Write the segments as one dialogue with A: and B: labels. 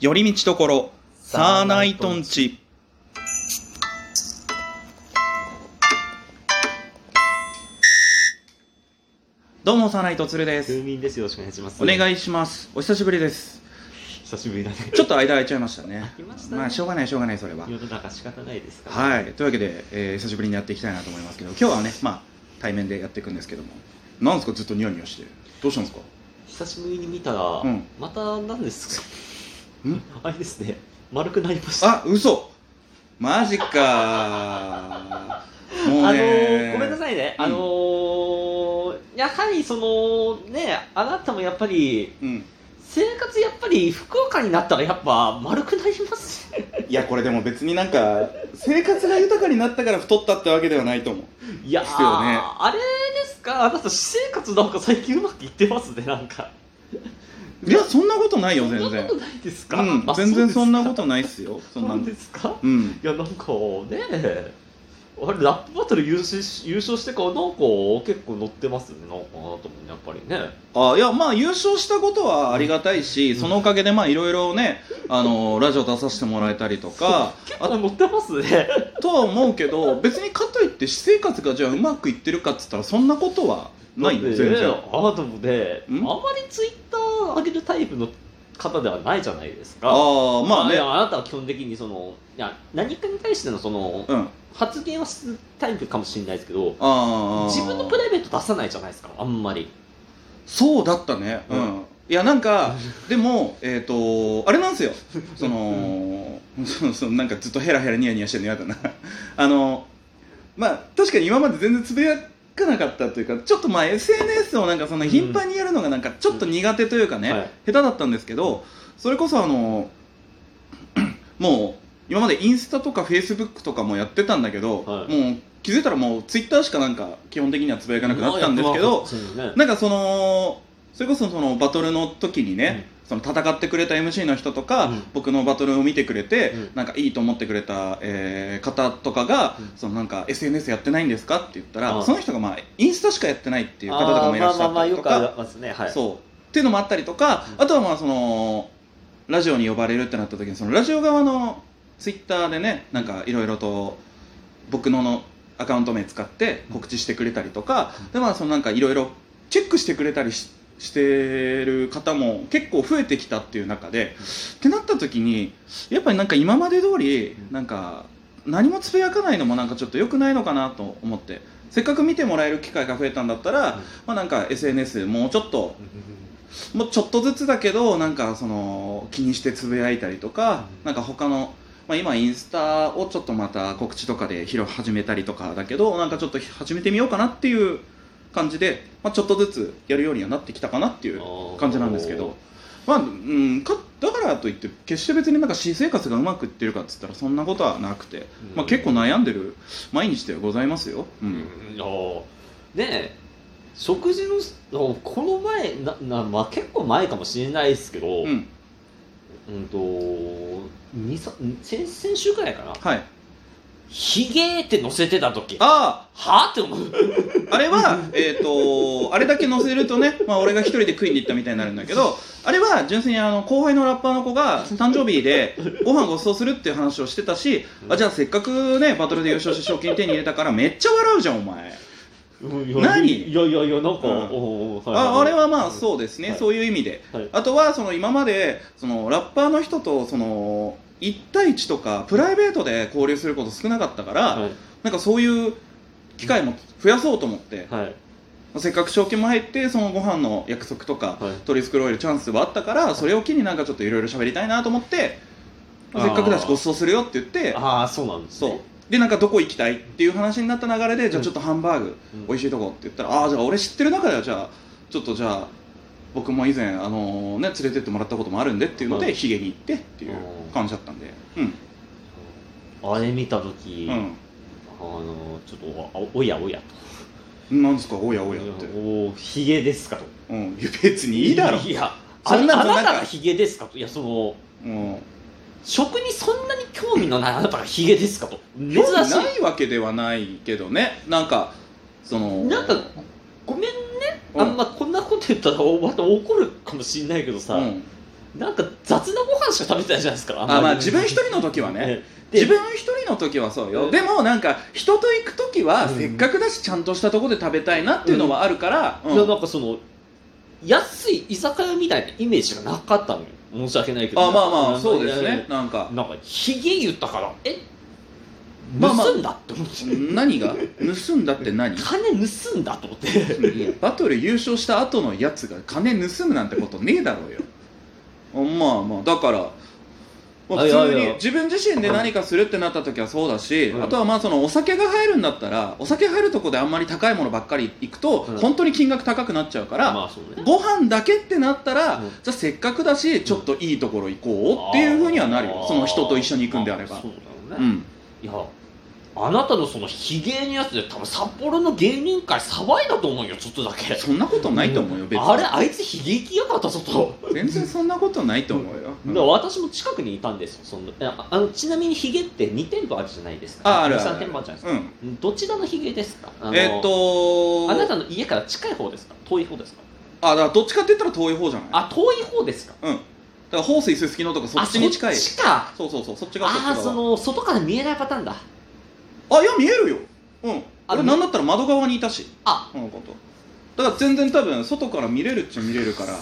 A: 寄り道ところ、サーナイトンチ。どうも、サーナイトツルで
B: 風
A: す。
B: 民ですよろしくお願いします
A: お
B: い
A: 願いします。お久しぶりです。
B: 久しぶりだね
A: ちょっと間空いちゃいましたね。
B: 来ましたね
A: まあ、しょうがない、しょうがない、それは。
B: 世の中仕方ないですから
A: はい。というわけで、えー久しぶりにやっていきたいなと思いますけど、今日はね、まあ、対面でやっていくんですけども。なんですか、ずっとニヤニヤして。どうしたんですか
B: 久しぶりに見たら、
A: ん
B: また何ですか
A: ん
B: あれですね丸くなりました
A: あ、嘘マジかー。も
B: あ
A: う
B: のー
A: ねー
B: ごめんなさいね、
A: うん
B: あのーやはりそのねあなたもやっぱり
A: うん。
B: 生活やっぱり福岡になったらやっぱ丸くな りますね
A: いやこれでも別になんか生活が豊かになったから太ったってわけではないと思う
B: いやー
A: ですよね
B: あれですかあなた私生活なんか最近うまくいってますねなんか
A: いやそんなことない
B: そ
A: よ
B: んな
A: 全
B: こ
A: 然
B: とないですか、
A: うん
B: あ
A: 全然そんな
B: そ
A: こ
B: うですか
A: とないっすよそんな
B: なん
A: ん
B: ですか
A: うん
B: いやなんかねあれラップバトル優勝し優勝してからなんか結構乗ってますねなんかなと思うねやっぱりね
A: あいやまあ優勝したことはありがたいし、
B: うん
A: そのおかげでまあいろいろねあのラジオ出させてもらえたりとか
B: 結構
A: あ
B: 乗ってますね
A: とは思うけど別にかといって私生活がじゃあうまくいってるかっつったらそんなことはない
B: だ
A: よ
B: ってね
A: 全然
B: あなたもねあ
A: ん
B: まりツイッター上げるタイプの方ではないじゃないですか
A: ああまあ
B: い
A: ね
B: やあなたは基本的にそのいや何かに対してのその
A: うんあ
B: 発言はするタイプかもしれないですけど
A: あ
B: 自分のプライベート出さないじゃないですかあんまり
A: そうだったねう
B: うん
A: ん、いやなんかでもえっ、とあれなんですよその そうそうなんかずっとヘラヘラニヤニヤしてるの嫌だな あのまあ確かに今まで全然つぶやかなかったというかちょっとまあ SNS をなんかそんな頻繁にやるのがなんかちょっと苦手というかね、
B: はい
A: 下手だったんですけどそれこそあの もう今までインスタとかフェイスブックとかもやってたんだけど、
B: はい
A: もう気づいたらもうツイッターしかなんか基本的にはつぶやかなくなったんですけど、
B: そうですね
A: なんかそのそれこそそのバトルの時にね、その戦ってくれた MC の人とか、
B: うん
A: 僕のバトルを見てくれて、
B: うん
A: なんかいいと思ってくれた、えー方とかが、
B: うん
A: そのなんか SNS やってないんですかって言ったら、
B: ああ
A: その人がまあインスタしかやってないっていう方とかもいらっしゃ
B: あーまあまあま
A: った
B: あ
A: り
B: よ
A: と
B: く
A: か、
B: ありますねはい
A: そうっていうのもあったりとか、
B: うん
A: あとはまあそのラジオに呼ばれるってなった時にそのラジオ側のツイッターでねなんかいろいろと僕ののアカウント名使って告知してくれたりとか、
B: うん
A: でまあそのなんかいろいろチェックしてくれたりししてる方も結構増えてきたっていう中で、
B: うん
A: ってなった時にやっぱりなんか今まで通り
B: うん
A: なんか何もつぶやかないのもなんかちょっと良くないのかなと思ってせっかく見てもらえる機会が増えたんだったら、
B: うん
A: まあなんか SNS もうちょっともうちょっとずつだけどなんかその気にしてつぶやいたりとか、
B: うん
A: なんか他の、まあ、今インスタをちょっとまた告知とかで広始めたりとかだけどなんかちょっと始めてみようかなっていう感じで、まあ、ちょっとずつやるようにはなってきたかなっていう感じなんですけど。まあうん、かだからといって決して別になんか私生活がうまくいってるかっつったらそんなことはなくて、まあ、結構
B: い、
A: 悩んでる毎日ではございますよ、う
B: うん
A: ん、
B: あーねえ食事のあこの前なな、まあ、結構前かもしれないですけど、
A: うん、
B: うんとにさ先先週くらいかな
A: はい
B: 「ひげ」って載せてた時
A: ああ
B: はあって思う
A: あれは、えっ、と、あれだけ載せるとね、まあ、俺が一人で食いに行ったみたいになるんだけど、あれは純粋にあの後輩のラッパーの子が誕生日でご飯ご馳走するっていう話をしてたし、あじゃあせっかくね、バトルで優勝して賞金手に入れたから、めっちゃ笑うじゃん、お前。
B: うんいや
A: 何
B: いやいやいやなんか、
A: うん
B: おーはい
A: ああれはまあ
B: う
A: そうですね、
B: はい
A: そういう意味で、
B: はい
A: あとはその今までそのラッパーの人とその1対1とかプライベートで交流すること少なかったから、
B: はい
A: なんかそういう機会も増やそうと思って、
B: はい
A: せっかく賞金も入ってそのご飯の約束とか
B: はい
A: 取り繕えるチャンスはあったからそれを機になんかちょっといろいろ喋りたいなと思って
B: あー
A: せっかくだしご馳走するよって言って
B: ああそうなんです
A: そう
B: ね
A: でなんかどこ行きたいっていう話になった流れでじゃあちょっとハンバーグ
B: うん
A: 美味しいとこって言ったらああじゃあ俺知ってる中ではじゃあちょっとじゃあ僕も以前あのね連れてってもらったこともあるんでっていうの
B: う
A: で
B: ん
A: ヒゲに行ってっていう感じだったんでうん
B: あれ見た時、あのちょっとおおやおや
A: うんなんですかおや
B: と
A: おやって
B: おおひげですかと
A: うんいや別にいいだろ
B: いやあ
A: そんなの
B: あ
A: な
B: なんた
A: か
B: がひげですかといやその
A: うん
B: 食にそんなに興味のないあなたがひげですかと珍しい
A: 興味ないわけではないけどねなんかその
B: なんかごめんね、
A: うん
B: あんまこんなこと言ったらおまた怒るかもしれないけどさ、
A: うん
B: なんか雑なご飯しか食べてないじゃないですか。
A: あ
B: んり
A: まあ自分一人の時はね、
B: ねで
A: 自分一人の時はそうよ、
B: うん
A: でもなんか人と行く時は
B: うん
A: せっかくだしちゃんとしたとこで食べたいなっていうのはあるから、うん
B: いやなんかその安い居酒屋みたいなイメージがなかったのよ申し訳ないけど
A: あまあま
B: な
A: あ
B: んか
A: そうです
B: いやい
A: ねなんか
B: やなんかひげ言ったからえ
A: まあまあ
B: 盗んだって思って、
A: 何が盗んだって何
B: 金盗んだと思って
A: いやバトル優勝した後のやつが金盗むなんてことねえだろうよまあまあだから、まあ、
B: い
A: 普
B: やいや
A: 通に自分自身で何かするってなった時はそうだし、
B: うん
A: あとはまあそのお酒が入るんだったらお酒入るとこであんまり高いものばっかり行くと、
B: うん
A: 本当に金額高くなっちゃうから、
B: まあそうね
A: ご飯だけってなったら、
B: うん
A: じゃあせっかくだしちょっといいところ行こうっていうふうにはなるよその人と一緒に行くんであれば
B: まそうだよ
A: う
B: ね、
A: ん
B: いやあなたのそのひげのやつで多分札幌の芸人界騒いだと思うよちょっとだけ
A: そんなことないと思うよ別に
B: あれあいつひげ行きやがったぞと
A: 全然そんなことないと思うよ、
B: だから私も近くにいたんですよそのああのちなみにヒゲって2店舗あるじゃないですか
A: ああるある
B: 3店舗あるじゃないですか、
A: うん
B: どちらのヒゲですかあの
A: えっと
B: あなたの家から近い方ですか遠い方ですか
A: あだからどっちかって言ったら遠い方じゃないだか
B: あ遠い方ですから
A: ホースイススキのとかそ
B: あ
A: っちに近い
B: そっちか
A: そうそうそうそっちがそっち
B: ああ
A: 側
B: その外から見えないパターンだ
A: あいや見えるようん
B: あ
A: 俺
B: 見え
A: なんだったら窓側にいたし
B: あ
A: このことだから全然多分外から見れるっちゃ見れるから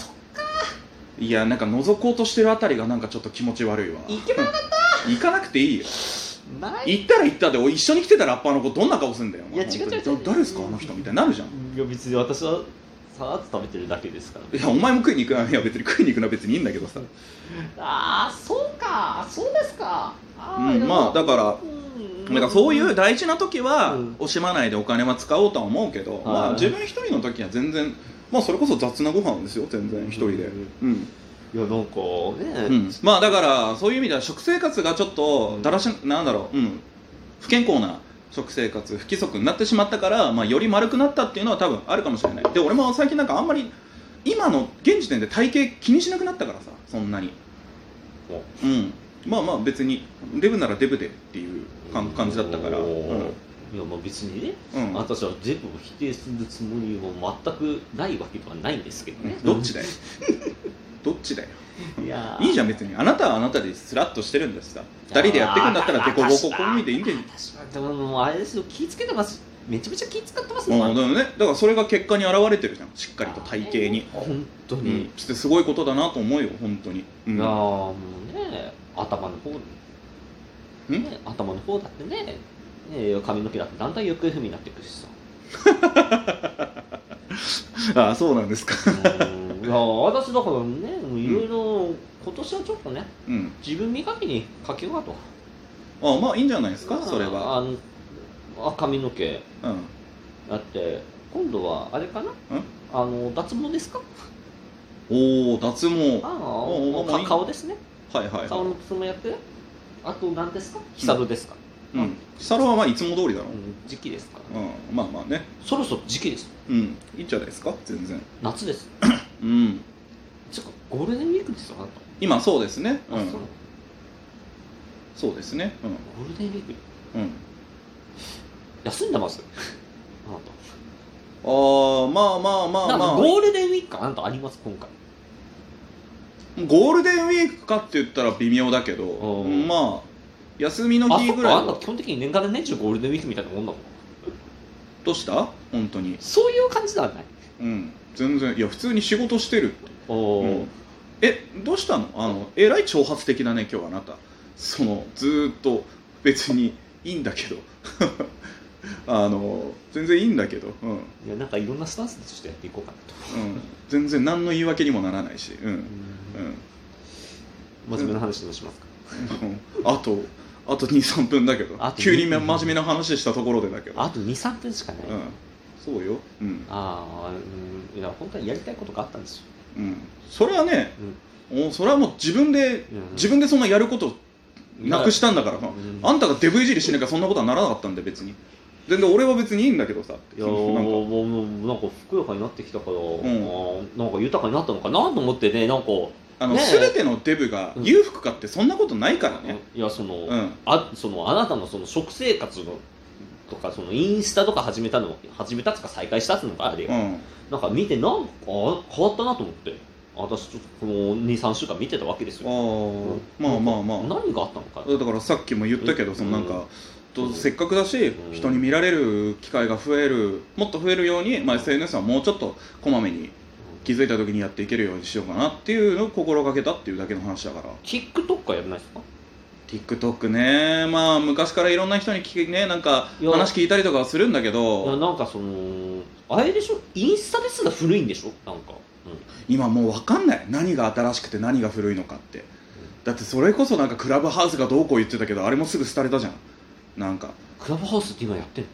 A: いやなんか覗こうとしてるあたりがなんかちょっと気持ち悪いわ
B: 行けばよかっ
A: 行かなくていいよ
B: たない
A: 行ったら行ったでお一緒に来てたラッパーの子どんな顔すんだよ
B: いや
A: も
B: 違う
A: 本当に
B: 違う違う
A: だ誰ですかあの人みたいになるじゃん
B: いや別に私はさらっと食べてるだけですから
A: いやお前も食いに行くないや別に食いに行くのは別にいいんだけどさ、
B: ああそうかそうですかあ
A: う
B: ー
A: ん、まあだから
B: うん
A: なんかそういう大事な時は
B: うん
A: 惜しまないでお金は使おうとは思うけど、ま
B: は
A: あ、
B: い
A: 自分一人の時は全然、まあ、それこそ雑なご飯ですよ全然一人で、
B: うん
A: うん
B: いやなんかね、
A: うんまあだからそういう意味では食生活がちょっとだらしなんだろう、うん、不健康な食生活不規則になってしまったから、まあ、より丸くなったっていうのは多分あるかもしれないで俺も最近なんかあんまり今の現時点で体型気にしなくなったからさそんなに
B: お
A: うんまあまあ別にデブならデブでっていう感感じだったから、う
B: お
A: ん
B: ーいやまあ別にね、
A: うん、
B: 私は全部を否定するつもりも全くないわけではないんですけどね
A: どっちだよどっちだよ
B: いや
A: いいじゃ
B: ゃん
A: ん別にあなたはあなたでスラッとしてるんですさ2人でやっていくんだったらデコボコ込みでいいんで
B: 私はでももうあれですよ気ぃつけてますめちゃめちゃ気ぃ使ってます
A: も
B: ま
A: う
B: あ
A: だよねだからそれが結果に表れてるじゃんしっかりと体型に、
B: 本当
A: うん
B: に、、
A: そしてすごいことだなと思うよ本当に、う
B: い
A: ん
B: やーもうね頭の方
A: ん
B: ね頭の方だってねね髪の毛だってだんだん行方不明になってくるし さ
A: ああそうなんですか
B: うんいやー私だからねもういろいろ今年はちょっとね
A: うん
B: 自分磨きにかけようかと
A: ああまあいいんじゃないですかそれは
B: あのあ髪の毛
A: うん
B: だって今度はあれかなあの脱毛ですか
A: おお脱毛
B: あ
A: は
B: あ
A: ああああい
B: か
A: い
B: 顔ですね
A: いはい
B: 顔
A: は
B: のつもやってあと何ですかヒサルですか、
A: いうんサロはまあいつも通りだろ
B: う
A: う、
B: ん、時期ですか
A: うん、まあまあね
B: そろそろ時期です
A: うんいいんじゃないですか全然
B: 夏です
A: うん
B: ちょっとゴールデンウィークですよあなた
A: 今そうですね、う
B: あ
A: ん
B: そう、
A: そうですねうん
B: ゴールデンウィーク
A: うん、
B: 休んでます あな
A: あーまあまあま
B: た
A: あ
B: なん
A: ま
B: か
A: あ
B: ゴールデンウィークかあなたあります今回
A: ゴールデンウィークかって言ったら微妙だけど
B: うん
A: まあ休みの
B: あ
A: 日
B: そっ
A: ぐらい
B: かあな
A: は
B: た基本的に年間で年中ゴールデンウィークみたいなもんだもん
A: どうした本当に
B: そういう感じではない
A: うん全然いや普通に仕事してる、
B: お
A: う
B: お
A: んえどうしたのあのえらい挑発的だね今日あなたそのずーっと別にいいんだけど あの全然いいんだけどうん、うん、
B: いやなんかいろんなスタンスでちょっとやっていこうかなと、
A: 全然何の言い訳にもならないしうんうん
B: 真面目な話でもしますか、
A: うんあとあと23分だけど
B: あと
A: 急に真面目な話したところでだけど
B: あと23分しかない、
A: うんそうようん、
B: ああうんいや本当にやりたいことがあったんですよ、
A: うん、それはね、おそれはもう自分で
B: うん
A: 自分でそんなやることなくしたんだから
B: うん
A: あんたがデブいじりしなきゃそんなことはならなかったんで別に全然俺は別にいいんだけどさ
B: いや
A: その
B: ー
A: なんか
B: もうもうなんかふくよかになってきたから、
A: ん
B: あーなんか豊かになったのかなと思ってねなんか、
A: あの、
B: ねえ
A: 全てのデブが
B: うん
A: 裕福かってそんなことないからね
B: いやその,、
A: うん
B: あそのあなたのその食生活のとかそのインスタとか始めたの始めたつか再開したっつうのかあれ、
A: うん、
B: なんか見てなんかあ変わったなと思って私ちょっとこの23週間見てたわけです
A: ああ
B: よ
A: まあまあまあ
B: 何があったのか
A: だからさっきも言ったけどそのなんか、
B: うん
A: とせっかくだし
B: うん
A: 人に見られる機会が増えるもっと増えるように、まあ、SNS はもうちょっとこまめに気づいた時にやっていけるようにしようかなっていうのを心がけたっていうだけの話だから
B: TikTok はやらないですか
A: TikTok ねまあ昔からいろんな人に聞きねなんか
B: いや
A: 話聞いたりとかはするんだけ
B: いや
A: ど
B: なんかそのあれでしょインスタですら古いんでしょなんか、う
A: 今もう分かんない何が新しくて何が古いのかってだってそれこそなんかクラブハウスがどうこう言ってたけどあれもすぐ廃れたじゃんなんか
B: んクラブハウスって今やってんの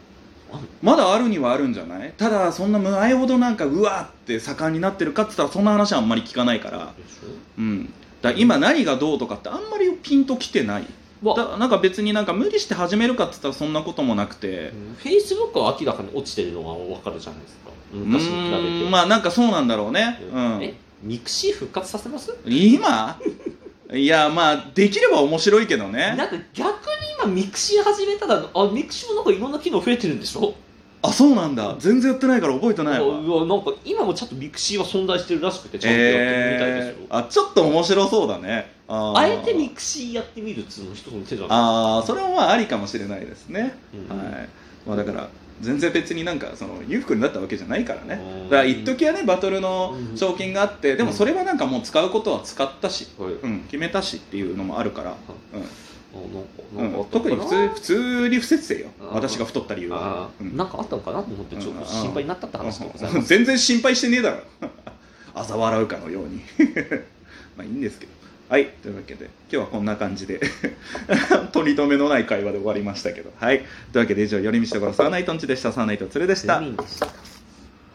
B: あんの
A: まだあるにはあるんじゃないただそんな前ほどなんかうわって盛んになってるかっつったらそんな話はあんまり聞かないから
B: でしょ
A: うんだから今何がどうとかってあんまりピンときてない
B: わ
A: だなんか別になんか無理して始めるかっつったらそんなこともなくて
B: フェイスブックは明らかに落ちてるのが分かるじゃないですか
A: う
B: 昔に比べて
A: ーんまあなんかそうなんだろうねう
B: え
A: ん
B: ミクシー復活させます
A: 今いやまあできれば面白いけどね
B: なんか逆に今ミクシー始めたらあミクシーもなんかいろんな機能増えてるんでしょ
A: あそうなんだ全然やってないから覚えてないわ
B: うわなんか今もちゃんとミクシーは存在してるらしくてちゃんとやってるみたい
A: え
B: ですよ
A: ー、、あちょっと面白そうだねあー
B: あえてミクシーやってみるっつうのも一つの手じゃない
A: ああそれもまあありかもしれないですね、
B: うん
A: はいまあだから全然別になんかその裕福になったわけじゃないからね
B: うん
A: だから一時はねバトルの賞金があってでもそれはなんかもう使うことは使ったし、
B: はい
A: うん、決めたしっていうのもあるから、
B: あ
A: う
B: なん
A: ん
B: か、なんかあったの
A: 特
B: か
A: に
B: な
A: 普通普通に不節制よ
B: あー
A: 私が太った理由は
B: あ、
A: う
B: ー
A: ん
B: なんかあったのかなと思ってちょっと心配になったって話でございます、
A: 全然心配してねえだろ 嘲笑うかのように まあいいんですけどはいというわけで今日はこんな感じで 取り留めのない会話で終わりましたけどはいというわけで以上「寄り道所サーナイトンチ」でしたサーナイトツルでした
B: ゼミでした